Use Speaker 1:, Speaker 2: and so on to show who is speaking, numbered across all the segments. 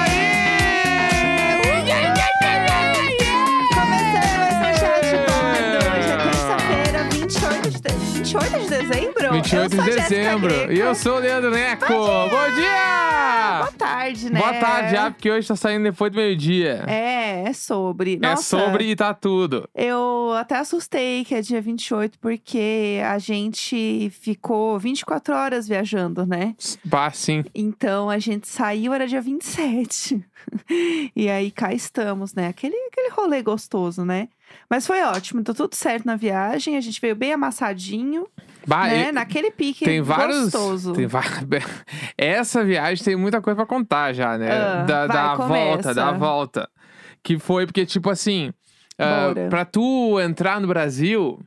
Speaker 1: É. 28
Speaker 2: é Eu
Speaker 1: de
Speaker 2: sou a Jéssica
Speaker 1: dezembro.
Speaker 2: Greco.
Speaker 1: E eu sou o Leandro Neco.
Speaker 2: Bom dia!
Speaker 1: Bom dia!
Speaker 2: Boa tarde, né?
Speaker 1: Boa tarde, ah, porque hoje tá saindo depois do meio-dia.
Speaker 2: É, é sobre.
Speaker 1: É
Speaker 2: Nossa,
Speaker 1: sobre e tá tudo.
Speaker 2: Eu até assustei que é dia 28, porque a gente ficou 24 horas viajando, né?
Speaker 1: Pá, sim.
Speaker 2: Então a gente saiu, era dia 27. e aí cá estamos, né? Aquele, aquele rolê gostoso, né? Mas foi ótimo, deu tudo certo na viagem, a gente veio bem amassadinho,
Speaker 1: Bah,
Speaker 2: né?
Speaker 1: Ah, e-
Speaker 2: Naquele pique
Speaker 1: tem vários.
Speaker 2: gostoso.
Speaker 1: Tem va- Essa viagem tem muita coisa pra contar já, né?
Speaker 2: Ah,
Speaker 1: da
Speaker 2: vai,
Speaker 1: da
Speaker 2: começa.
Speaker 1: volta, da volta. Que foi porque, tipo assim, ah,
Speaker 2: Bora.
Speaker 1: pra tu entrar no Brasil.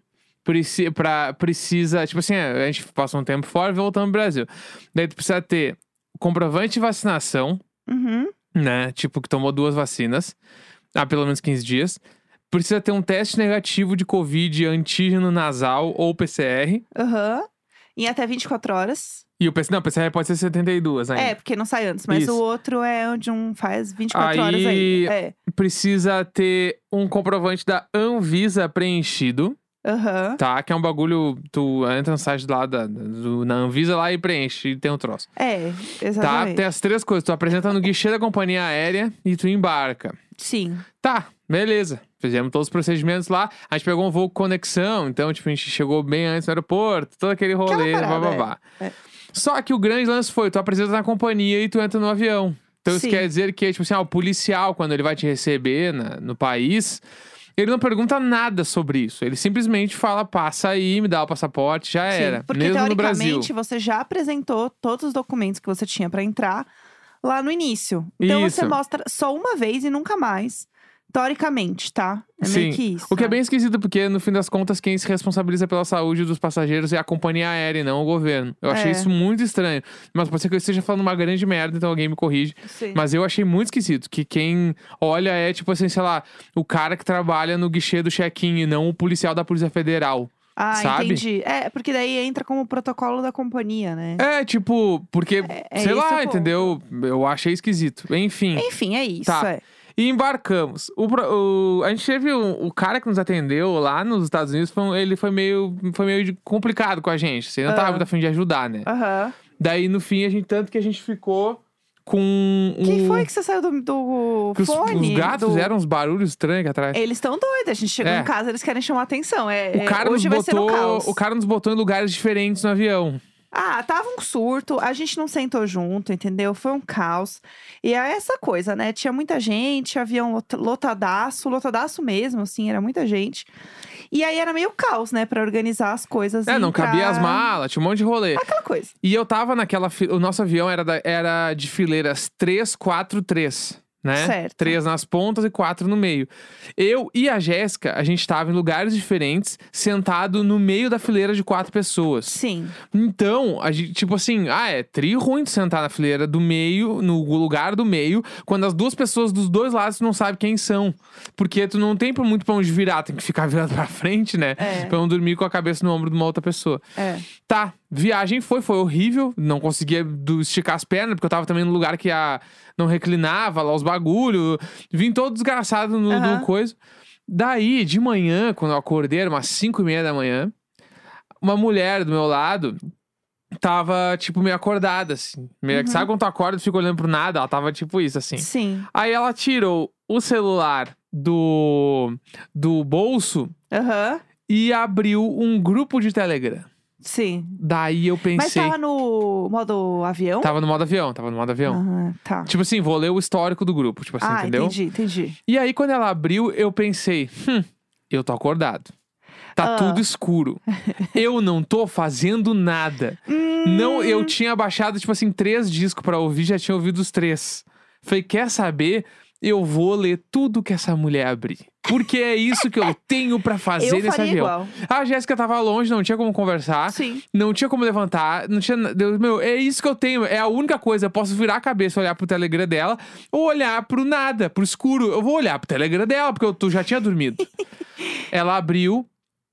Speaker 1: preci- pra- precisa, tipo assim, a gente passa um tempo fora e voltamos pro Brasil. Daí tu precisa ter comprovante de vacinação,
Speaker 2: Uhum.
Speaker 1: né? Tipo, que tomou duas vacinas há pelo menos 15 dias. Precisa ter um teste negativo de Covid, antígeno nasal ou PCR.
Speaker 2: Aham. Em até 24 horas.
Speaker 1: E o PCR, não, o PCR pode ser 72 ainda.
Speaker 2: É, porque não sai antes, mas
Speaker 1: Isso.
Speaker 2: o outro é onde um faz 24
Speaker 1: Aí-
Speaker 2: horas aí. É.
Speaker 1: Precisa ter um comprovante da Anvisa preenchido,
Speaker 2: Aham.
Speaker 1: tá? Que é um bagulho, tu entra no site lá da, do, na Anvisa lá e preenche, e tem um troço.
Speaker 2: É,
Speaker 1: Tá?
Speaker 2: exatamente.
Speaker 1: Tem as três coisas. Tu apresenta no guichê da companhia aérea e tu embarca.
Speaker 2: Sim.
Speaker 1: Tá, beleza. Fizemos todos os procedimentos lá. A gente pegou um voo com conexão, então, tipo, a gente chegou bem antes no aeroporto, todo aquele rolê,
Speaker 2: Aquela
Speaker 1: blá blá
Speaker 2: parada,
Speaker 1: blá.
Speaker 2: é. É.
Speaker 1: Só que o grande lance foi: tu apresenta na companhia e tu entra no avião. Então isso
Speaker 2: Sim.
Speaker 1: quer dizer que, tipo assim, ah, o policial, quando ele vai te receber na- no país, ele não pergunta nada sobre isso. Ele simplesmente fala: passa aí, me dá o passaporte, já
Speaker 2: sim.
Speaker 1: É, era.
Speaker 2: Porque
Speaker 1: Mesmo no
Speaker 2: teoricamente
Speaker 1: Brasil.
Speaker 2: você já apresentou todos os documentos que você tinha pra entrar lá no início. Então você
Speaker 1: Isso.
Speaker 2: mostra só uma vez e nunca mais. Teoricamente, tá? É meio
Speaker 1: Sim.
Speaker 2: que isso.
Speaker 1: O que é bem esquisito, porque no fim das contas, quem se responsabiliza pela saúde dos passageiros é a companhia aérea e não o governo. Eu achei
Speaker 2: É.
Speaker 1: isso muito estranho. Mas pode ser que eu esteja falando uma grande merda, então alguém me corrige.
Speaker 2: Sim.
Speaker 1: Mas eu achei muito esquisito que quem olha é, tipo assim, sei lá, o cara que trabalha no guichê do check-in e não o policial da Polícia Federal.
Speaker 2: ah,
Speaker 1: sabe?
Speaker 2: entendi. É, porque daí entra como protocolo da companhia, né?
Speaker 1: É, tipo, porque,
Speaker 2: é esse
Speaker 1: sei
Speaker 2: o
Speaker 1: lá,
Speaker 2: ponto.
Speaker 1: entendeu? Eu achei esquisito. Enfim.
Speaker 2: Enfim, é isso.
Speaker 1: Tá.
Speaker 2: É.
Speaker 1: E embarcamos. O, pro- o- a gente teve um- o cara que nos atendeu lá nos Estados Unidos, foi um- ele foi meio, foi meio de- complicado com a gente. Assim, não
Speaker 2: Ah.
Speaker 1: tava muito a fim de ajudar, né?
Speaker 2: Aham.
Speaker 1: Daí, no fim, a gente, tanto que a gente ficou com.
Speaker 2: Quem
Speaker 1: um-
Speaker 2: foi que você saiu do, do
Speaker 1: que os,
Speaker 2: fone?
Speaker 1: os gatos
Speaker 2: Do-
Speaker 1: fizeram uns barulhos estranhos aqui atrás.
Speaker 2: Eles estão doidos. A gente chegou
Speaker 1: É.
Speaker 2: em casa, eles querem chamar atenção. É,
Speaker 1: o cara
Speaker 2: é, hoje
Speaker 1: nos
Speaker 2: vai ser no
Speaker 1: botou.
Speaker 2: caos.
Speaker 1: O cara nos botou em lugares diferentes no avião.
Speaker 2: Ah, tava um surto, a gente não sentou junto, entendeu? Foi um caos. E é essa coisa, né? Tinha muita gente, avião lot- lotadaço, lotadaço mesmo, assim, era muita gente. E aí era meio caos, né? Pra organizar as coisas.
Speaker 1: É,
Speaker 2: e
Speaker 1: não
Speaker 2: pra-
Speaker 1: cabia as malas, tinha um monte de rolê.
Speaker 2: Aquela coisa.
Speaker 1: E eu tava naquela. fi- O nosso avião era, da- era de fileiras 3, 4, 3. Né?
Speaker 2: Certo.
Speaker 1: Três nas pontas e quatro no meio. Eu e a Jéssica, a gente tava em lugares diferentes, sentado no meio da fileira de quatro pessoas.
Speaker 2: Sim.
Speaker 1: Então, a gente, tipo assim, ah, é tri ruim de sentar na fileira do meio, no lugar do meio, quando as duas pessoas dos dois lados tu não sabe quem são. Porque tu não tem pra- muito pra onde virar, tem que ficar virado pra frente, né?
Speaker 2: É.
Speaker 1: Pra não dormir com a cabeça no ombro de uma outra pessoa.
Speaker 2: É.
Speaker 1: Tá, viagem foi, foi horrível. Não conseguia do- esticar as pernas, porque eu tava também num lugar que a, não reclinava lá os bagulho. Vim todo desgraçado no,
Speaker 2: Aham.
Speaker 1: no coisa. Daí, de manhã, quando eu acordei, era umas 5 e meia da manhã, uma mulher do meu lado tava, tipo, meio acordada, assim. Meio,
Speaker 2: Uhum.
Speaker 1: que Sabe quando tu acorda e fica olhando pro nada? Ela tava tipo isso, assim.
Speaker 2: Sim.
Speaker 1: Aí ela tirou o celular do, do bolso
Speaker 2: Aham.
Speaker 1: e abriu um grupo de Telegram.
Speaker 2: Sim.
Speaker 1: Daí eu
Speaker 2: Mas tá
Speaker 1: pensei.
Speaker 2: tava no modo avião?
Speaker 1: Tava no modo avião, tava no modo avião.
Speaker 2: Ah, tá.
Speaker 1: Tipo assim, vou ler o histórico do grupo, tipo assim,
Speaker 2: ah,
Speaker 1: entendeu?
Speaker 2: entendi, entendi.
Speaker 1: E aí, quando ela abriu, eu pensei, hum, eu tô acordado. Tá
Speaker 2: Ah.
Speaker 1: tudo escuro. eu não tô fazendo nada. Não,
Speaker 2: Hum.
Speaker 1: eu tinha baixado, tipo assim, três discos pra ouvir, já tinha ouvido os três. Falei, quer saber? Eu vou ler tudo que essa mulher abrir. Porque é isso que eu tenho pra fazer
Speaker 2: eu
Speaker 1: nesse
Speaker 2: faria
Speaker 1: avião.
Speaker 2: igual.
Speaker 1: A Jéssica tava longe, não tinha como conversar.
Speaker 2: Sim.
Speaker 1: Não tinha como levantar, não tinha. na- Deus, meu, é isso que eu tenho. É a única coisa. Eu posso virar a cabeça, olhar pro Telegram dela, ou olhar pro nada, pro escuro. Eu vou olhar pro Telegram dela, porque eu tô- já tinha dormido. Ela abriu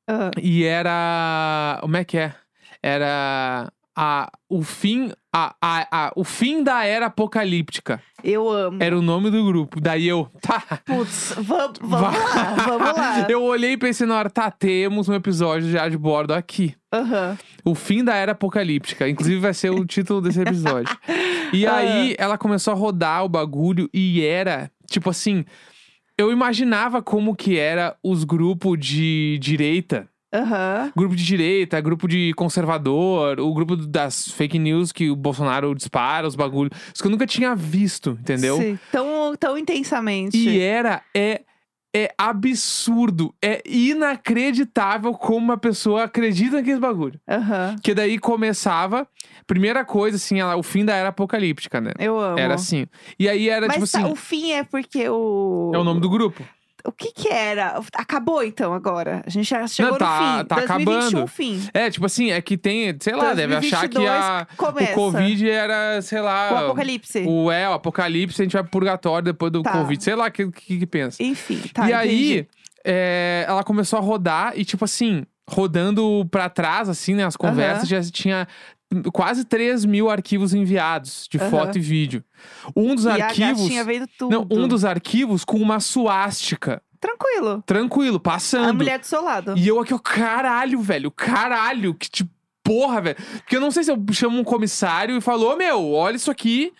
Speaker 2: Ah,
Speaker 1: e era. Como é que é? Era. a, o fim. A, a, a, o fim da era apocalíptica.
Speaker 2: Eu amo.
Speaker 1: Era o nome do grupo. Daí eu. Tá.
Speaker 2: Putz, vam- vamos lá, vamos lá.
Speaker 1: Eu olhei e pensei na hora, tá, temos um episódio já de bordo aqui.
Speaker 2: Aham.
Speaker 1: O fim da era apocalíptica. Inclusive, vai ser o título desse episódio. E
Speaker 2: Ah.
Speaker 1: aí, ela começou a rodar o bagulho e era, tipo assim. Eu imaginava como que era os grupos de direita.
Speaker 2: Aham.
Speaker 1: Grupo de direita, grupo de conservador, o grupo das fake news que o Bolsonaro dispara, os bagulhos. Isso que eu nunca tinha visto, entendeu?
Speaker 2: Sim, Tão, tão intensamente.
Speaker 1: E era, é, é absurdo, é inacreditável como uma pessoa acredita naquele bagulho.
Speaker 2: Aham.
Speaker 1: Que daí começava, primeira coisa, assim, ela, o fim da era apocalíptica, né?
Speaker 2: Eu amo.
Speaker 1: Era assim. E aí era
Speaker 2: Mas
Speaker 1: tipo
Speaker 2: tá-
Speaker 1: assim,
Speaker 2: o fim é porque o.
Speaker 1: é o nome do grupo.
Speaker 2: O que que era? Acabou então agora. A gente já chegou
Speaker 1: tá-
Speaker 2: no fim.
Speaker 1: tá
Speaker 2: 2021
Speaker 1: acabando.
Speaker 2: fim.
Speaker 1: É, tipo assim, é que tem, sei lá, deve achar que a,
Speaker 2: 2022 começa.
Speaker 1: o Covid era, sei lá.
Speaker 2: O apocalipse.
Speaker 1: O é, o apocalipse, a gente vai pro purgatório depois do
Speaker 2: Tá.
Speaker 1: Covid. Sei lá o que, que, que pensa.
Speaker 2: Enfim, tá.
Speaker 1: e aí,
Speaker 2: entendi.
Speaker 1: é, ela começou a rodar e, tipo assim, rodando pra trás, assim, né? As conversas já tinha quase 3 mil arquivos enviados de
Speaker 2: Aham.
Speaker 1: foto e vídeo. Um dos
Speaker 2: E a
Speaker 1: arquivos.
Speaker 2: gatinha vendo tudo.
Speaker 1: Não, um dos arquivos com uma suástica.
Speaker 2: Tranquilo.
Speaker 1: Tranquilo,
Speaker 2: A
Speaker 1: passando.
Speaker 2: mulher do seu lado.
Speaker 1: E eu aqui, ó, caralho, velho, caralho, que tipo. Porra, velho. Porque eu não sei se eu chamo um comissário e falo, ô meu, olha isso aqui.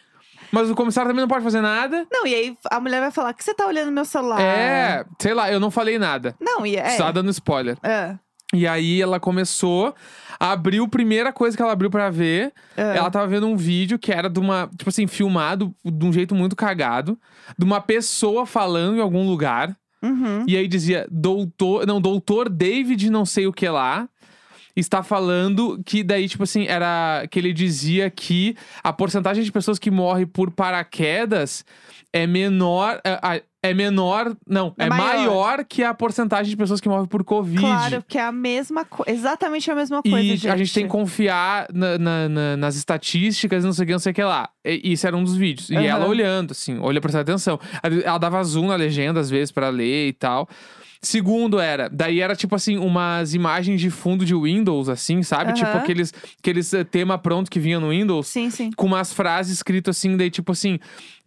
Speaker 1: Mas o comissário também não pode fazer nada.
Speaker 2: Não, e aí a mulher vai falar: que você tá olhando meu celular?
Speaker 1: É, sei lá, eu não falei nada.
Speaker 2: Não, e é.
Speaker 1: Você tá dando spoiler.
Speaker 2: É,
Speaker 1: E aí ela começou, abriu a primeira coisa que ela abriu pra ver.
Speaker 2: é.
Speaker 1: Ela tava vendo um vídeo que era de uma, tipo assim, filmado de um jeito muito cagado, de uma pessoa falando em algum lugar.
Speaker 2: Uhum.
Speaker 1: E aí dizia, doutor, não, doutor David não sei o que lá, está falando que daí, tipo assim, era que ele dizia que a porcentagem de pessoas que morrem por paraquedas é menor, é, é menor, não,
Speaker 2: É
Speaker 1: é,
Speaker 2: maior.
Speaker 1: maior. que a porcentagem de pessoas que morrem por Covid.
Speaker 2: Claro, que é a mesma coisa. Exatamente a mesma coisa.
Speaker 1: E a gente tem que confiar na- na- na- nas estatísticas, não sei o que, não sei o que lá. E, isso era um dos vídeos.
Speaker 2: Aham.
Speaker 1: E ela olhando, assim, olha prestar atenção. Ela, ela dava zoom na legenda, às vezes, pra ler e tal. Segundo era, daí era tipo assim, umas imagens de fundo de Windows, assim, sabe? Tipo
Speaker 2: Aham.
Speaker 1: aqueles, aqueles eh, tema pronto que vinha no Windows,
Speaker 2: Sim, sim.
Speaker 1: com umas frases escritas assim, daí tipo assim.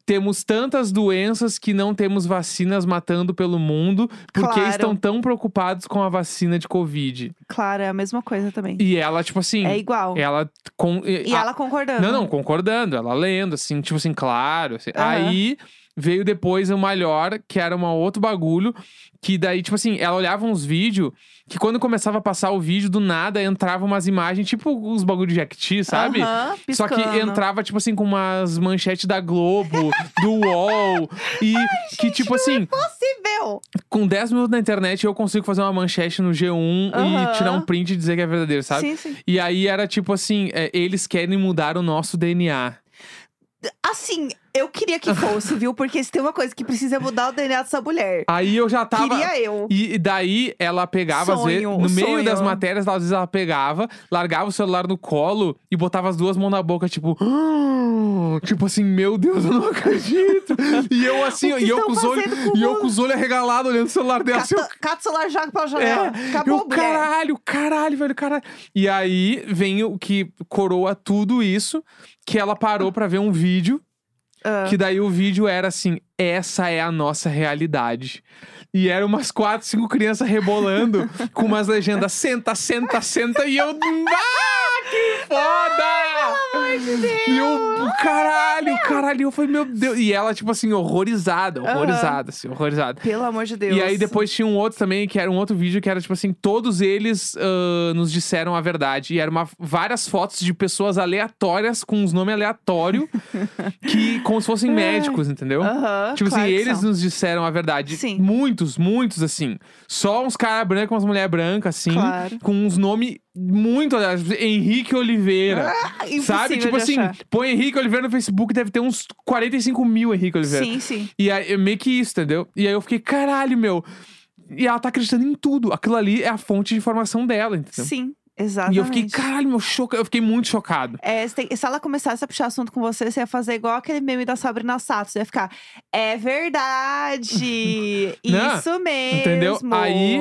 Speaker 1: Temos tantas doenças que não temos vacinas matando pelo mundo, porque
Speaker 2: Claro.
Speaker 1: estão tão preocupados com a vacina de Covid.
Speaker 2: Claro, é a mesma coisa também.
Speaker 1: E ela, tipo assim.
Speaker 2: É igual.
Speaker 1: Ela. Com,
Speaker 2: E
Speaker 1: a-
Speaker 2: ela concordando.
Speaker 1: Não, não, concordando. Ela lendo, assim, tipo assim, claro. assim.
Speaker 2: Aham.
Speaker 1: Aí veio depois o Malhor, que era um outro bagulho. Que daí, tipo assim, ela olhava uns vídeos que quando começava a passar o vídeo, do nada entrava umas imagens, tipo os bagulhos de Jequiti, sabe?
Speaker 2: Aham,
Speaker 1: Só que
Speaker 2: piscando.
Speaker 1: entrava, tipo assim, com umas manchetes da Globo, do UOL. E que, tipo
Speaker 2: é
Speaker 1: assim,
Speaker 2: Possível!
Speaker 1: com 10 minutos na internet eu consigo fazer uma manchete no G1
Speaker 2: Aham.
Speaker 1: e tirar um print e dizer que é verdadeiro, sabe?
Speaker 2: Sim, sim.
Speaker 1: E aí era tipo assim, é, eles querem mudar o nosso DNA.
Speaker 2: Assim, eu queria que fosse, viu? Porque se tem uma coisa que precisa é mudar o DNA dessa mulher.
Speaker 1: Aí eu já Ah, tava.
Speaker 2: Queria eu.
Speaker 1: E e daí ela pegava, às vezes,
Speaker 2: Sonho,
Speaker 1: no
Speaker 2: sonho.
Speaker 1: meio das matérias, às vezes ela pegava, largava o celular no colo e botava as duas mãos na boca, tipo. tipo assim, meu Deus, eu não acredito. e eu assim,
Speaker 2: O que
Speaker 1: e eu com
Speaker 2: estão
Speaker 1: os olhos.
Speaker 2: fazendo com
Speaker 1: E
Speaker 2: o
Speaker 1: eu com os olhos arregalados olhando o celular dela. assim, eu-
Speaker 2: Cata, cata o celular, joga pela janela.
Speaker 1: É,
Speaker 2: Acabou,
Speaker 1: eu,
Speaker 2: mulher.
Speaker 1: caralho, caralho, velho, caralho. E aí vem o que coroa tudo isso, que ela parou pra ver um vídeo,
Speaker 2: Ah.
Speaker 1: que daí o vídeo era assim, essa é a nossa realidade. E eram umas quatro, cinco crianças rebolando com umas legendas, senta, senta, senta, e eu, ah, que foda! E eu, caralho, caralho, eu falei, meu Deus. E ela, tipo assim, horrorizada,
Speaker 2: Aham.
Speaker 1: horrorizada, assim, horrorizada.
Speaker 2: Pelo amor de Deus.
Speaker 1: E aí depois tinha um outro também, que era um outro vídeo, que era tipo assim, todos eles ah, nos disseram a verdade. E eram uma- várias fotos de pessoas aleatórias, com uns nomes aleatórios, que como se fossem médicos, entendeu?
Speaker 2: É. Aham,
Speaker 1: Tipo
Speaker 2: claro
Speaker 1: assim,
Speaker 2: que
Speaker 1: eles
Speaker 2: são.
Speaker 1: nos disseram a verdade.
Speaker 2: Sim.
Speaker 1: Muitos, muitos, assim. Só uns caras brancos, umas mulheres brancas, assim.
Speaker 2: Claro.
Speaker 1: Com uns nomes muito. aleatórios. Henrique Oliveira.
Speaker 2: Ah, impossível
Speaker 1: sabe? Tipo
Speaker 2: de
Speaker 1: assim,
Speaker 2: achar.
Speaker 1: põe Henrique Oliveira no Facebook, deve ter uns 45 mil Henrique Oliveira.
Speaker 2: Sim, sim.
Speaker 1: E aí, é meio que isso, entendeu? E aí eu fiquei, caralho, meu. E ela tá acreditando em tudo. Aquilo ali é a fonte de informação dela, entendeu?
Speaker 2: Sim, exatamente.
Speaker 1: E eu fiquei, caralho, meu, choca... eu fiquei muito chocado.
Speaker 2: É, você tem- se ela começasse a puxar assunto com você, você ia fazer igual aquele meme da Sabrina Sato. Você ia ficar, é verdade!
Speaker 1: Não,
Speaker 2: isso mesmo!
Speaker 1: entendeu? Aí-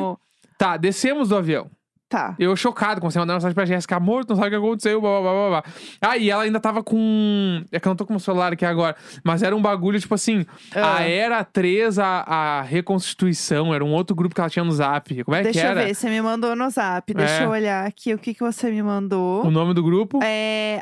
Speaker 1: Tá, descemos do avião.
Speaker 2: Tá.
Speaker 1: Eu chocado, comecei a mandar mensagem pra Jéssica, amor, tu não sabe o que aconteceu, blá, blá, blá, blá, blá. Ah, e ela ainda tava com... É que eu não tô com o celular aqui agora, mas era um bagulho, tipo assim,
Speaker 2: Ah.
Speaker 1: a Era 3, a, a Reconstituição, era um outro grupo que ela tinha no Zap. Como é
Speaker 2: Deixa
Speaker 1: que
Speaker 2: eu
Speaker 1: era?
Speaker 2: ver, você me mandou no zap. Deixa
Speaker 1: É. Uhum.
Speaker 2: eu olhar aqui o que, que você me
Speaker 1: O
Speaker 2: mandou.
Speaker 1: nome do grupo?
Speaker 2: É.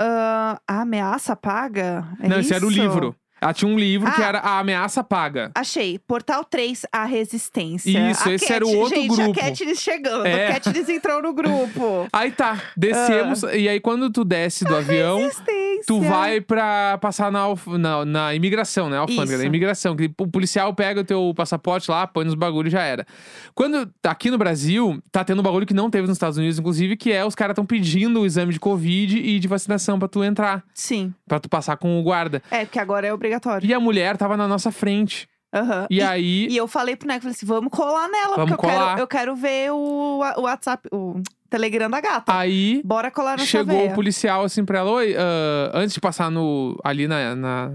Speaker 2: ah, a ameaça paga? É
Speaker 1: não, esse era o
Speaker 2: isso?
Speaker 1: livro. Ela tinha um livro que
Speaker 2: Ah.
Speaker 1: era A Ameaça Paga.
Speaker 2: Achei. Portal 3, a Resistência.
Speaker 1: Isso,
Speaker 2: A
Speaker 1: esse era o
Speaker 2: Cat-
Speaker 1: outro
Speaker 2: gente,
Speaker 1: grupo.
Speaker 2: a Katniss chegando.
Speaker 1: É.
Speaker 2: A Katniss entrou no grupo.
Speaker 1: Aí tá, descemos, e aí quando tu desce do avião,
Speaker 2: Ah. É Resistência.
Speaker 1: tu vai pra passar na, alf- na, na imigração, né? Alfândega,
Speaker 2: Isso.
Speaker 1: na imigração. Que o policial pega o teu passaporte lá, põe nos bagulhos e já era. Quando aqui no Brasil, tá tendo um bagulho que não teve nos Estados Unidos, inclusive, que é os caras estão pedindo o exame de Covid e de vacinação pra tu entrar,
Speaker 2: Sim.
Speaker 1: pra tu passar com o guarda.
Speaker 2: É, porque agora é obrigatório.
Speaker 1: E a mulher tava na nossa frente.
Speaker 2: Aham.
Speaker 1: E, aí.
Speaker 2: E eu falei pro Neco, falei assim, vamos colar nela,
Speaker 1: Vamos
Speaker 2: porque
Speaker 1: colar.
Speaker 2: Eu, quero, eu quero ver o, wa- o WhatsApp, o Telegram da gata.
Speaker 1: Aí
Speaker 2: Bora colar nessa
Speaker 1: chegou
Speaker 2: veia.
Speaker 1: o policial assim pra ela, oi, ah, antes de passar no, ali na, na,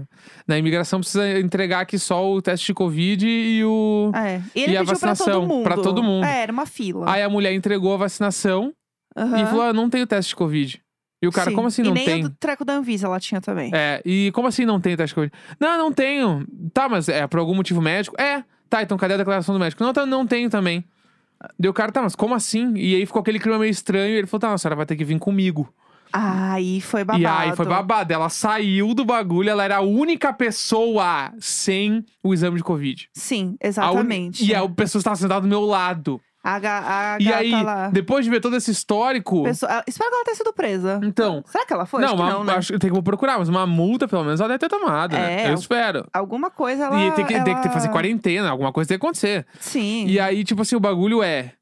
Speaker 1: na imigração, precisa entregar aqui só o teste de Covid e o.
Speaker 2: É. E ele
Speaker 1: E a
Speaker 2: pediu pra todo
Speaker 1: vacinação,
Speaker 2: mundo.
Speaker 1: pra todo mundo.
Speaker 2: É, era uma fila.
Speaker 1: Aí a mulher entregou a vacinação
Speaker 2: Aham.
Speaker 1: e falou: ah, não tenho teste de Covid. E o cara,
Speaker 2: Sim.
Speaker 1: como assim
Speaker 2: E
Speaker 1: não
Speaker 2: nem
Speaker 1: tem?
Speaker 2: o do treco da Anvisa ela tinha também.
Speaker 1: É, e como assim não tem teste de Covid? Não, não tenho. Tá, mas é por algum motivo médico? É. Tá, então cadê a declaração do médico? Não, tá, não tenho também. Deu o cara, tá, mas como assim? E aí ficou aquele clima meio estranho e ele falou: tá, a senhora vai ter que vir comigo.
Speaker 2: Aí foi babado.
Speaker 1: E aí foi babado. Ela saiu do bagulho, ela era a única pessoa sem o exame de Covid.
Speaker 2: Sim,
Speaker 1: A uni-
Speaker 2: exatamente.
Speaker 1: E a pessoa estava sentada do meu lado.
Speaker 2: A, ga- a
Speaker 1: e
Speaker 2: gata
Speaker 1: aí,
Speaker 2: lá.
Speaker 1: depois de ver todo esse histórico.
Speaker 2: Pessoa... ah, Espero que ela tenha sido presa.
Speaker 1: Então.
Speaker 2: Será que ela foi?
Speaker 1: Não,
Speaker 2: acho que
Speaker 1: uma-
Speaker 2: não, né?
Speaker 1: acho que tem que procurar, mas uma multa, pelo menos, ela deve ter tomado. né?
Speaker 2: É,
Speaker 1: Eu
Speaker 2: al-
Speaker 1: espero.
Speaker 2: Alguma coisa ela.
Speaker 1: e tem que, tem que
Speaker 2: ela-
Speaker 1: fazer quarentena, alguma coisa tem que acontecer.
Speaker 2: Sim.
Speaker 1: E aí, tipo assim, o bagulho é.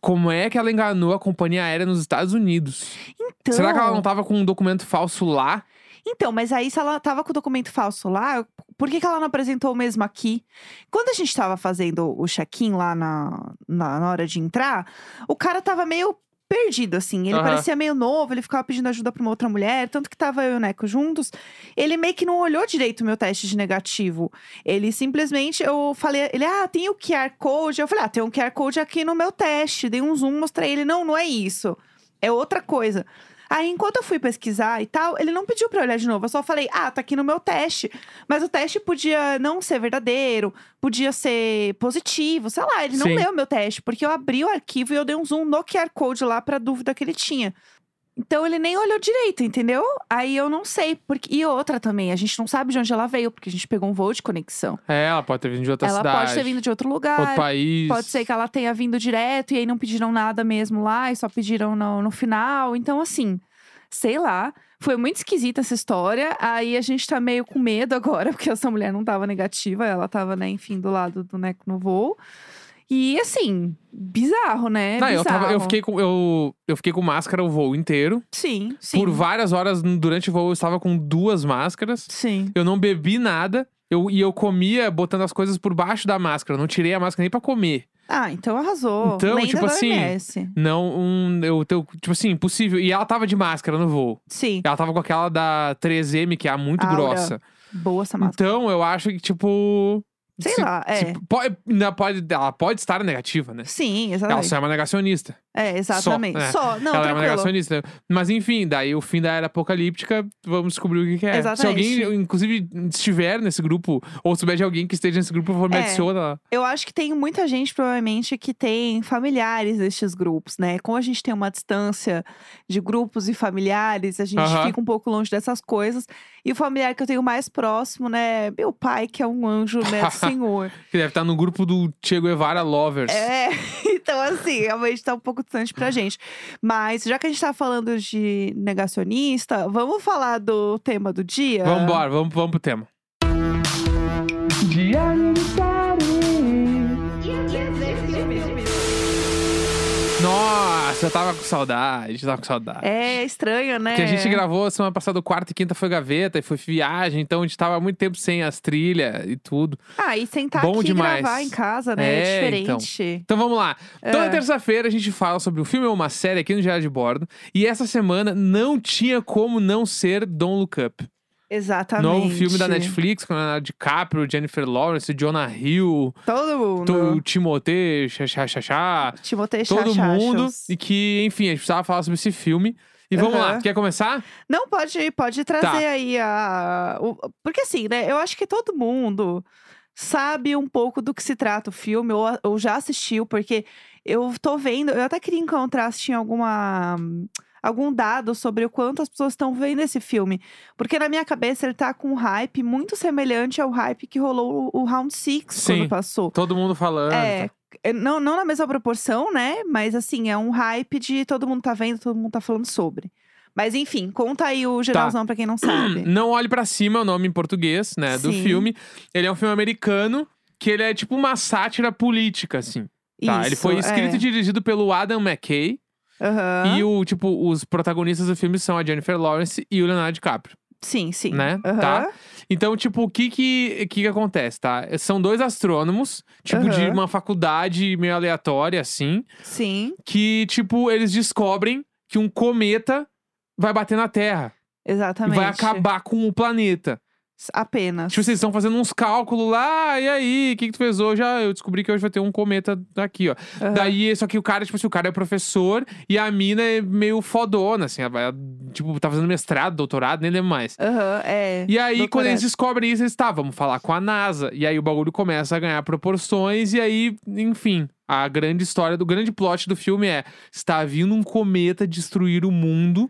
Speaker 1: Como é que ela enganou a companhia aérea nos Estados Unidos?
Speaker 2: então...
Speaker 1: Será que ela não tava com um documento falso lá?
Speaker 2: Então, mas aí se ela tava com o documento falso lá, eu- por que, que ela não apresentou o mesmo aqui? Quando a gente tava fazendo o check-in lá na, na, na hora de entrar, o cara tava meio perdido, assim. Ele
Speaker 1: Aham.
Speaker 2: parecia meio novo, ele ficava pedindo ajuda pra uma outra mulher, tanto que tava eu e o Neco juntos. Ele meio que não olhou direito o meu teste de negativo. Ele simplesmente, eu falei, ele, ah, tem o QR Code. Eu falei, ah, tem um QR Code aqui no meu teste. Dei um zoom, mostrei ele, não, não é isso. É outra coisa. Aí, enquanto eu fui pesquisar e tal, ele não pediu pra eu olhar de novo. Eu só falei, ah, tá aqui no meu teste. Mas o teste podia não ser verdadeiro, podia ser positivo, sei lá. Ele não
Speaker 1: Sim.
Speaker 2: leu meu teste, porque eu abri o arquivo e eu dei um zoom no QR Code lá pra dúvida que ele tinha. Então, ele nem olhou direito, entendeu? Aí eu não sei. Porque... E outra também, a gente não sabe de onde ela veio, porque a gente pegou um voo de conexão.
Speaker 1: É, ela pode ter vindo de outra
Speaker 2: ela
Speaker 1: cidade.
Speaker 2: pode ter vindo de outro lugar.
Speaker 1: outro país.
Speaker 2: Ah, Pode ser que ela tenha vindo direto e aí não pediram nada mesmo lá e só pediram no, no final. Então, assim, sei lá. Foi muito esquisita essa história. Aí a gente tá meio com medo agora, porque essa mulher não tava negativa, ela tava, né, enfim, do lado do Neco no voo. E assim, bizarro, né?
Speaker 1: Não, eu, tava- eu
Speaker 2: Bizarro.
Speaker 1: fiquei com, eu, eu fiquei com máscara o voo inteiro.
Speaker 2: Sim, sim.
Speaker 1: Por várias horas n- durante o voo eu estava com duas máscaras.
Speaker 2: Sim.
Speaker 1: Eu não bebi nada. Eu, e eu comia botando as coisas por baixo da máscara. Eu não tirei a máscara nem pra comer.
Speaker 2: Ah, então arrasou.
Speaker 1: Então,
Speaker 2: Lenda
Speaker 1: tipo
Speaker 2: da
Speaker 1: assim,
Speaker 2: OMS.
Speaker 1: Não, um, eu, eu- tipo assim, impossível. E ela tava de máscara no voo.
Speaker 2: Sim.
Speaker 1: Ela tava com aquela da 3M, que é a muito
Speaker 2: Aura.
Speaker 1: grossa.
Speaker 2: Boa essa Ah, máscara.
Speaker 1: Então, eu acho que, tipo.
Speaker 2: Sei
Speaker 1: se-
Speaker 2: lá, é.
Speaker 1: se pode, ainda pode, ela pode estar negativa, né?
Speaker 2: Sim,
Speaker 1: Ela
Speaker 2: exatamente.
Speaker 1: só é uma negacionista.
Speaker 2: É, exatamente.
Speaker 1: né?
Speaker 2: Só. Não,
Speaker 1: ela é uma
Speaker 2: tranquilo.
Speaker 1: negacionista. né? Mas enfim, daí o fim da era apocalíptica, vamos descobrir o que, que é. Se
Speaker 2: Exatamente.
Speaker 1: alguém, inclusive, estiver nesse grupo, ou souber de alguém que esteja nesse grupo, por favor, me
Speaker 2: É.
Speaker 1: adiciona lá.
Speaker 2: Eu acho que tem muita gente, provavelmente, que tem familiares nestes grupos, né? Como a gente tem uma distância de grupos e familiares, a gente
Speaker 1: Aham.
Speaker 2: fica um pouco longe dessas coisas. E o familiar que eu tenho mais próximo, né? Meu pai, que é um anjo, né? do Senhor.
Speaker 1: Que deve estar no grupo do Che Guevara Lovers.
Speaker 2: É, então, assim, realmente tá um pouco distante pra gente. Mas, já que a gente tá falando de negacionista, vamos falar do tema do dia?
Speaker 1: Vamos embora, vamos, vamos pro tema. Nossa, eu tava com saudade, eu tava com saudade.
Speaker 2: É estranho, né?
Speaker 1: Porque a gente gravou semana passada, quarta e quinta foi gaveta, e foi viagem, então a gente tava há muito tempo sem as trilhas e tudo.
Speaker 2: Ah, e sentar
Speaker 1: Bom
Speaker 2: aqui
Speaker 1: demais.
Speaker 2: e gravar em casa, né?
Speaker 1: É,
Speaker 2: É,
Speaker 1: então.
Speaker 2: diferente.
Speaker 1: Então vamos lá. Toda
Speaker 2: É.
Speaker 1: terça-feira a gente fala sobre um filme ou uma série aqui no Diário de Bordo. E essa semana não tinha como não ser Don't Look Up.
Speaker 2: Exatamente.
Speaker 1: Novo filme da Netflix com a DiCaprio, Jennifer Lawrence, Jonah Hill,
Speaker 2: Todo
Speaker 1: to-
Speaker 2: mundo.
Speaker 1: Timothée, chá, chá, chá,
Speaker 2: Timothée
Speaker 1: todo
Speaker 2: Chachachos.
Speaker 1: mundo. E que, enfim, a gente precisava falar sobre esse filme. E vamos
Speaker 2: Aham.
Speaker 1: lá, tu quer começar?
Speaker 2: Não, pode, pode trazer
Speaker 1: Tá.
Speaker 2: aí a. o- porque assim, né? Eu acho que todo mundo sabe um pouco do que se trata o filme, ou, a- ou já assistiu, porque eu tô vendo. Eu até queria encontrar se tinha alguma. Algum dado sobre o quanto as pessoas estão vendo esse filme. Porque na minha cabeça ele tá com um hype muito semelhante ao hype que rolou o, o Round Six
Speaker 1: Sim.
Speaker 2: quando passou.
Speaker 1: Todo mundo falando.
Speaker 2: É, é, não, não na mesma proporção, né? Mas assim, é um hype de todo mundo tá vendo, todo mundo tá falando sobre. Mas enfim, conta aí
Speaker 1: Tá.
Speaker 2: o geralzão pra quem não sabe.
Speaker 1: Não Olhe Pra Cima é o nome em português, né, do
Speaker 2: Sim.
Speaker 1: filme. Ele é um filme americano que ele é tipo uma sátira política, assim. Tá? Ele
Speaker 2: Isso,
Speaker 1: foi escrito
Speaker 2: é.
Speaker 1: e dirigido pelo Adam McKay.
Speaker 2: Aham.
Speaker 1: E o, tipo, os protagonistas do filme são a Jennifer Lawrence e o Leonardo DiCaprio.
Speaker 2: Sim, sim.
Speaker 1: né?
Speaker 2: Aham.
Speaker 1: Tá. Então, tipo, o que que, que que acontece, tá? São dois astrônomos, tipo, de
Speaker 2: Aham.
Speaker 1: uma faculdade meio aleatória, assim.
Speaker 2: Sim,
Speaker 1: Que, tipo, eles descobrem que um cometa vai bater na Terra. E
Speaker 2: exatamente.
Speaker 1: vai acabar com o planeta.
Speaker 2: S- Apenas.
Speaker 1: Tipo, vocês estão fazendo uns cálculos lá, "Ah, e aí, o que, que tu fez hoje? Ah, eu descobri que hoje vai ter um cometa daqui, ó.
Speaker 2: Aham.
Speaker 1: Daí, só que o cara, tipo assim, o cara é professor e a mina é meio fodona, assim, ela vai, tipo, tá fazendo mestrado, doutorado, nem lembro mais.
Speaker 2: Aham, é.
Speaker 1: E aí, quando eles
Speaker 2: Doutorado.
Speaker 1: descobrem isso, eles, tá, vamos falar com a NASA. E aí o bagulho começa a ganhar proporções, e aí, enfim, a grande história, do o grande plot do filme é: está vindo um cometa destruir o mundo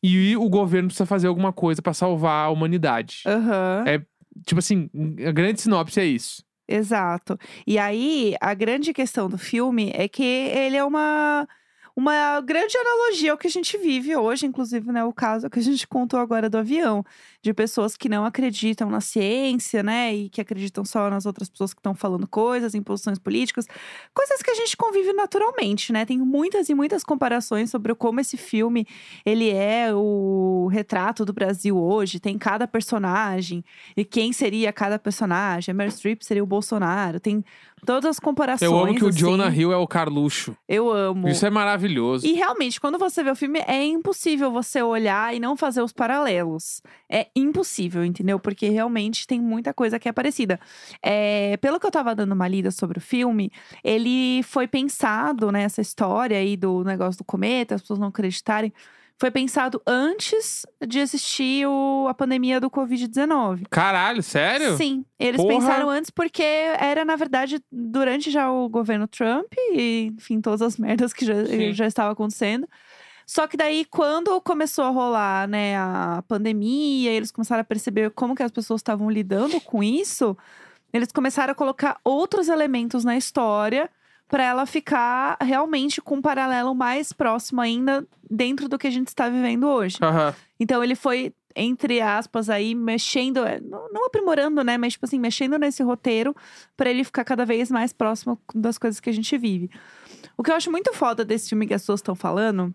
Speaker 1: e o governo precisa fazer alguma coisa pra salvar a humanidade.
Speaker 2: Aham.
Speaker 1: É- Tipo assim, a grande sinopse é isso.
Speaker 2: Exato. E aí, a grande questão do filme é que ele é uma, uma grande analogia ao que a gente vive hoje, inclusive, né? O caso que a gente contou agora do avião, de pessoas que não acreditam na ciência, né? E que acreditam só nas outras pessoas que estão falando coisas, em posições políticas, coisas que a gente convive naturalmente, né? Tem muitas e muitas comparações sobre como esse filme ele é o retrato do Brasil hoje, tem cada personagem e quem seria cada personagem. A Meryl Streep seria o Bolsonaro. Tem todas as comparações.
Speaker 1: Eu amo que o
Speaker 2: assim.
Speaker 1: Jonah Hill é o Carluxo.
Speaker 2: Eu amo.
Speaker 1: Isso é maravilhoso.
Speaker 2: E realmente, quando você vê o filme, é impossível você olhar e não fazer os paralelos. É impossível, entendeu? Porque realmente tem muita coisa que é parecida. É, pelo que eu tava dando uma lida sobre o filme, ele foi pensado, né? Essa história aí do negócio do cometa, as pessoas não acreditarem. Foi pensado antes de existir o- a pandemia do Covid-19.
Speaker 1: Caralho, sério?
Speaker 2: Sim, eles
Speaker 1: Porra.
Speaker 2: pensaram antes porque era, na verdade, durante já o governo Trump e, enfim, todas as merdas que já,
Speaker 1: Sim.
Speaker 2: já estavam acontecendo. Só que daí, quando começou a rolar, né, a pandemia, eles começaram a perceber como que as pessoas estavam lidando com isso, eles começaram a colocar outros elementos na história para ela ficar realmente com um paralelo mais próximo ainda dentro do que a gente está vivendo hoje.
Speaker 1: Aham.
Speaker 2: Então ele foi, entre aspas, aí mexendo, é, não, não aprimorando, né? Mas, tipo assim, mexendo nesse roteiro pra ele ficar cada vez mais próximo das coisas que a gente vive. O que eu acho muito foda desse filme que as pessoas estão falando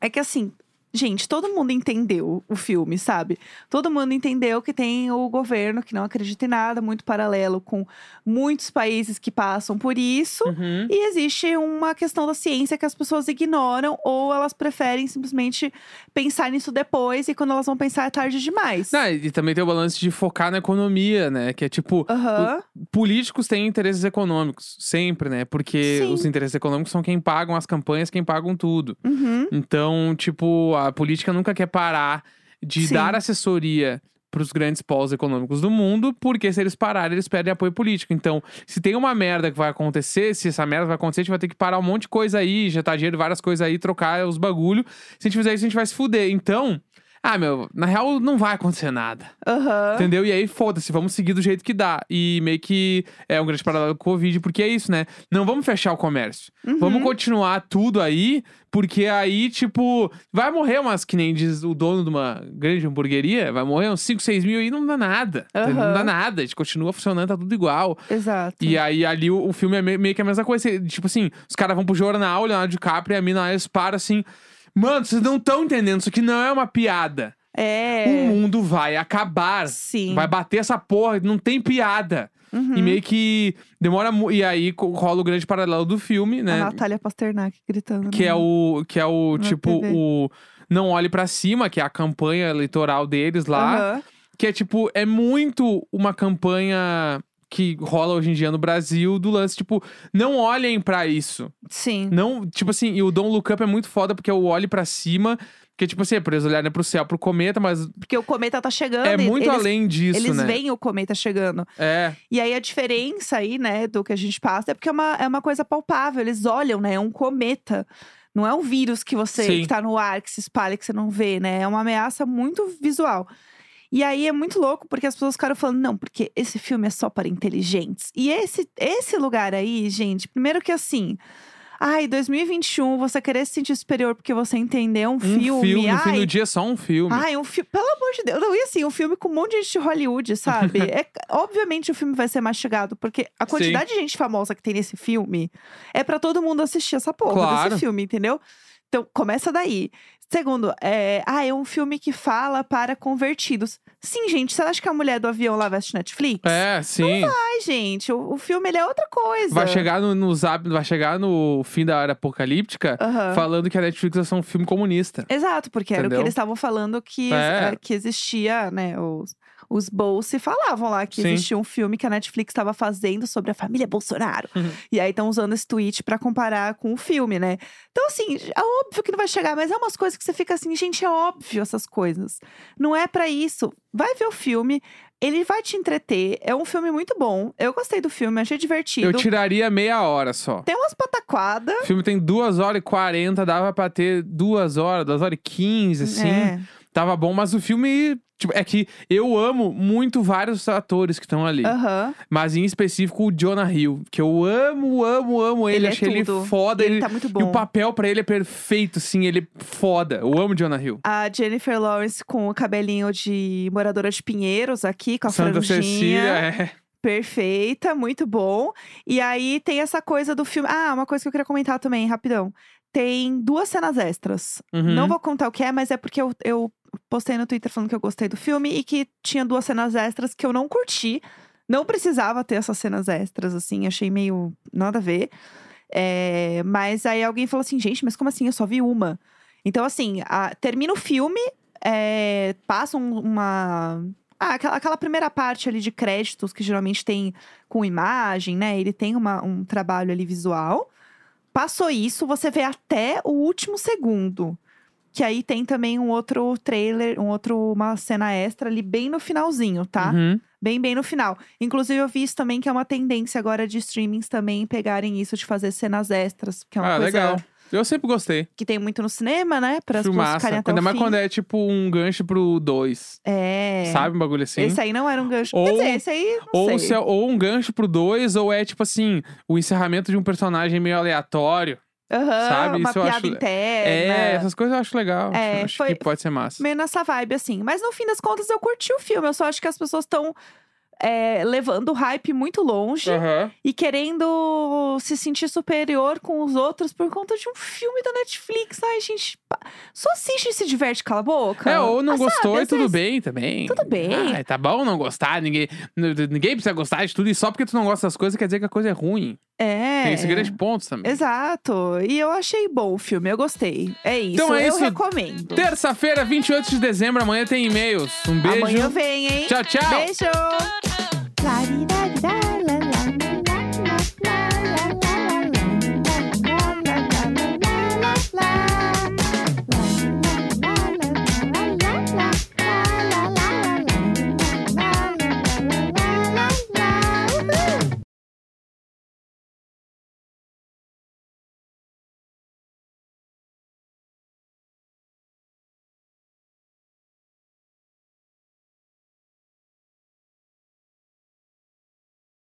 Speaker 2: é que assim. Gente, todo mundo entendeu o filme, sabe? Todo mundo entendeu que tem o governo que não acredita em nada, muito paralelo com muitos países que passam por isso.
Speaker 1: Uhum.
Speaker 2: E existe uma questão da ciência que as pessoas ignoram ou elas preferem simplesmente pensar nisso depois e quando elas vão pensar é tarde demais.
Speaker 1: Não, e também tem o balance de focar na economia, né? Que é tipo,
Speaker 2: Aham,
Speaker 1: políticos têm interesses econômicos, sempre, né? Porque
Speaker 2: Sim.
Speaker 1: os interesses econômicos são quem pagam as campanhas, quem pagam tudo.
Speaker 2: uhum,
Speaker 1: Então, tipo, a política nunca quer parar de
Speaker 2: Sim.
Speaker 1: dar assessoria pros grandes polos econômicos do mundo, porque se eles pararem, eles perdem apoio político. Então, se tem uma merda que vai acontecer, se essa merda vai acontecer, a gente vai ter que parar um monte de coisa aí, injetar dinheiro, em várias coisas aí, trocar os bagulho. Se a gente fizer isso, a gente vai se fuder. Então, ah, meu, na real não vai acontecer nada.
Speaker 2: aham.
Speaker 1: Entendeu? E aí, foda-se, vamos seguir do jeito que dá. E meio que é um grande paralelo com o Covid, porque é isso, né? Não vamos fechar o comércio.
Speaker 2: Uhum.
Speaker 1: Vamos continuar tudo aí, porque aí, tipo, vai morrer umas, que nem diz o dono de uma grande hamburgueria, vai morrer uns 5, 6 mil aí, não dá nada. entendeu? Não
Speaker 2: Aham.
Speaker 1: dá nada, a gente continua funcionando, tá tudo igual.
Speaker 2: Exato.
Speaker 1: E aí, ali, o, o filme é me- meio que a mesma coisa. Cê- Tipo assim, os caras vão pro jornal, o Leonardo DiCaprio e a mina, lá, eles param assim... Mano, vocês não estão entendendo, isso aqui não é uma piada.
Speaker 2: É.
Speaker 1: O mundo vai acabar.
Speaker 2: Sim.
Speaker 1: Vai bater essa porra, não tem piada.
Speaker 2: Uhum.
Speaker 1: E meio que demora mu- E aí co- rola o grande paralelo do filme,
Speaker 2: A
Speaker 1: né?
Speaker 2: Natália Pasternak gritando.
Speaker 1: Que
Speaker 2: né?
Speaker 1: é o. Que é o,
Speaker 2: Ah, tá. Na
Speaker 1: tipo,
Speaker 2: TV.
Speaker 1: o. Não olhe pra cima, que é a campanha eleitoral deles lá.
Speaker 2: Aham.
Speaker 1: Que é tipo, é muito uma campanha que rola hoje em dia no Brasil do lance, tipo, não olhem pra isso.
Speaker 2: Sim.
Speaker 1: Não, tipo assim, e o Don't Look Up é muito foda porque eu olho pra cima, que tipo assim, é pra eles olharem pro céu, pro cometa, mas
Speaker 2: Porque o cometa tá chegando.
Speaker 1: é
Speaker 2: e
Speaker 1: muito
Speaker 2: eles,
Speaker 1: além disso,
Speaker 2: Eles
Speaker 1: né?
Speaker 2: veem o cometa chegando.
Speaker 1: É,
Speaker 2: E aí a diferença aí, né, do que a gente passa é porque é uma, é uma coisa palpável. Eles olham, né? É um cometa. Não é um vírus que você
Speaker 1: Sim.
Speaker 2: que tá no ar, que se espalha, que você não vê, né? É uma ameaça muito visual. E aí é muito louco, porque as pessoas ficaram falando, não, porque esse filme é só para inteligentes. E esse, esse lugar aí, gente, primeiro que assim. Ai, 2021, você querer se sentir superior porque você entendeu um,
Speaker 1: um filme, no fim
Speaker 2: ai,
Speaker 1: do dia é só um filme.
Speaker 2: Ai, um filme. Pelo amor de Deus. Não, e assim, um filme com um monte de gente de Hollywood, sabe? é, obviamente o filme vai ser mastigado, porque a quantidade de gente famosa que tem nesse filme é pra todo mundo assistir essa porra
Speaker 1: Claro.
Speaker 2: desse filme, entendeu? Então, começa daí. Segundo, é, ah, é um filme que fala para convertidos. Sim, gente, você acha que a mulher do avião lá vai assistir Netflix?
Speaker 1: É, sim.
Speaker 2: Ai, gente, o, o filme ele é outra coisa.
Speaker 1: Vai chegar no, no zap, vai chegar no fim da era apocalíptica
Speaker 2: Aham.
Speaker 1: falando que a Netflix é só um filme comunista.
Speaker 2: Exato, porque era o
Speaker 1: Entendeu?
Speaker 2: que eles estavam falando que,
Speaker 1: É.
Speaker 2: eh, que existia, né? Os, os Bolse falavam lá que
Speaker 1: Sim.
Speaker 2: existia um filme que a Netflix estava fazendo sobre a família Bolsonaro.
Speaker 1: Uhum.
Speaker 2: E aí estão usando esse tweet pra comparar com o filme, né? Então, assim, é óbvio que não vai chegar, mas é umas coisas que você fica assim, gente, é óbvio essas coisas. Não é pra isso. Vai ver o filme, ele vai te entreter. É um filme muito bom. Eu gostei do filme, achei divertido.
Speaker 1: Eu tiraria meia hora só.
Speaker 2: Tem umas pataquadas.
Speaker 1: O filme tem duas horas e 40, dava pra ter duas horas, duas horas e 15, assim.
Speaker 2: É.
Speaker 1: Tava bom, mas o filme. Tipo, é que eu amo muito vários atores que estão ali.
Speaker 2: Aham.
Speaker 1: Mas em específico o Jonah Hill, que eu amo, amo, amo ele.
Speaker 2: Ele é
Speaker 1: Achei ele
Speaker 2: tudo.
Speaker 1: foda.
Speaker 2: Ele tá muito
Speaker 1: E o
Speaker 2: bom.
Speaker 1: papel pra ele é perfeito, sim. Ele é foda. Eu amo Jonah Hill.
Speaker 2: a Jennifer Lawrence com o cabelinho de moradora de Pinheiros aqui, com a
Speaker 1: Santa
Speaker 2: franjinha.
Speaker 1: Cecília, é.
Speaker 2: Perfeita, muito bom. E aí tem essa coisa do filme. Ah, uma coisa que eu queria comentar também, rapidão. Tem duas cenas extras.
Speaker 1: Uhum.
Speaker 2: Não vou contar o que é, mas é porque eu, eu postei no Twitter falando que eu gostei do filme e que tinha duas cenas extras que eu não curti. Não precisava ter essas cenas extras, assim, achei meio nada a ver. É, mas aí alguém falou assim, gente, mas como assim? Eu só vi uma. Então, assim, a- termina o filme, é, passa um- uma. Ah, aquela, aquela primeira parte ali de créditos que geralmente tem com imagem, né? Ele tem uma- um trabalho ali visual. Passou isso, você vê até o último segundo. Que aí tem também um outro trailer, um outro, uma cena extra ali bem no finalzinho, tá?
Speaker 1: Uhum.
Speaker 2: Bem, bem no final. Inclusive, eu vi isso também, que é uma tendência agora de streamings também pegarem isso de fazer cenas extras. Que é uma
Speaker 1: ah,
Speaker 2: coisa
Speaker 1: legal. Eu sempre gostei.
Speaker 2: que tem muito no cinema, né? Para as pessoas
Speaker 1: Filmaça.
Speaker 2: ficarem até
Speaker 1: Ainda
Speaker 2: o
Speaker 1: mais
Speaker 2: fim.
Speaker 1: quando é tipo um gancho pro dois.
Speaker 2: É.
Speaker 1: Sabe? Um bagulho assim.
Speaker 2: Esse aí não era um gancho.
Speaker 1: Ou-
Speaker 2: Quer dizer, esse aí não
Speaker 1: Ou,
Speaker 2: sei.
Speaker 1: se é- ou um gancho pro dois, ou é tipo assim, o encerramento de um personagem meio aleatório.
Speaker 2: Aham,
Speaker 1: um, sabe?
Speaker 2: uma
Speaker 1: Isso eu
Speaker 2: piada
Speaker 1: acho-
Speaker 2: interna.
Speaker 1: essas coisas eu acho legal.
Speaker 2: né? É,
Speaker 1: acho acho
Speaker 2: foi-
Speaker 1: que pode ser massa.
Speaker 2: Meio nessa vibe, assim. Mas no fim das contas, eu curti o filme. Eu só acho que as pessoas estão levando o hype muito longe
Speaker 1: Aham.
Speaker 2: e querendo se sentir superior com os outros por conta de um filme da Netflix. Ai, gente, pa- só assiste e se diverte, cala a boca.
Speaker 1: É, ou não
Speaker 2: Ah,
Speaker 1: gostou
Speaker 2: sabe,
Speaker 1: e
Speaker 2: às
Speaker 1: tudo
Speaker 2: vezes-
Speaker 1: bem também.
Speaker 2: Tudo bem.
Speaker 1: Ah, tá bom não gostar, ninguém, n- ninguém precisa gostar de tudo. E só porque tu não gosta das coisas quer dizer que a coisa é ruim.
Speaker 2: É.
Speaker 1: Tem esse grande ponto também.
Speaker 2: Exato. E eu achei bom o filme, eu gostei. É isso,
Speaker 1: Então é
Speaker 2: eu
Speaker 1: isso.
Speaker 2: recomendo.
Speaker 1: Terça-feira, 28 de dezembro, amanhã tem e-mails. Um beijo.
Speaker 2: Amanhã vem, hein?
Speaker 1: Tchau, tchau.
Speaker 2: Beijo! Clarida.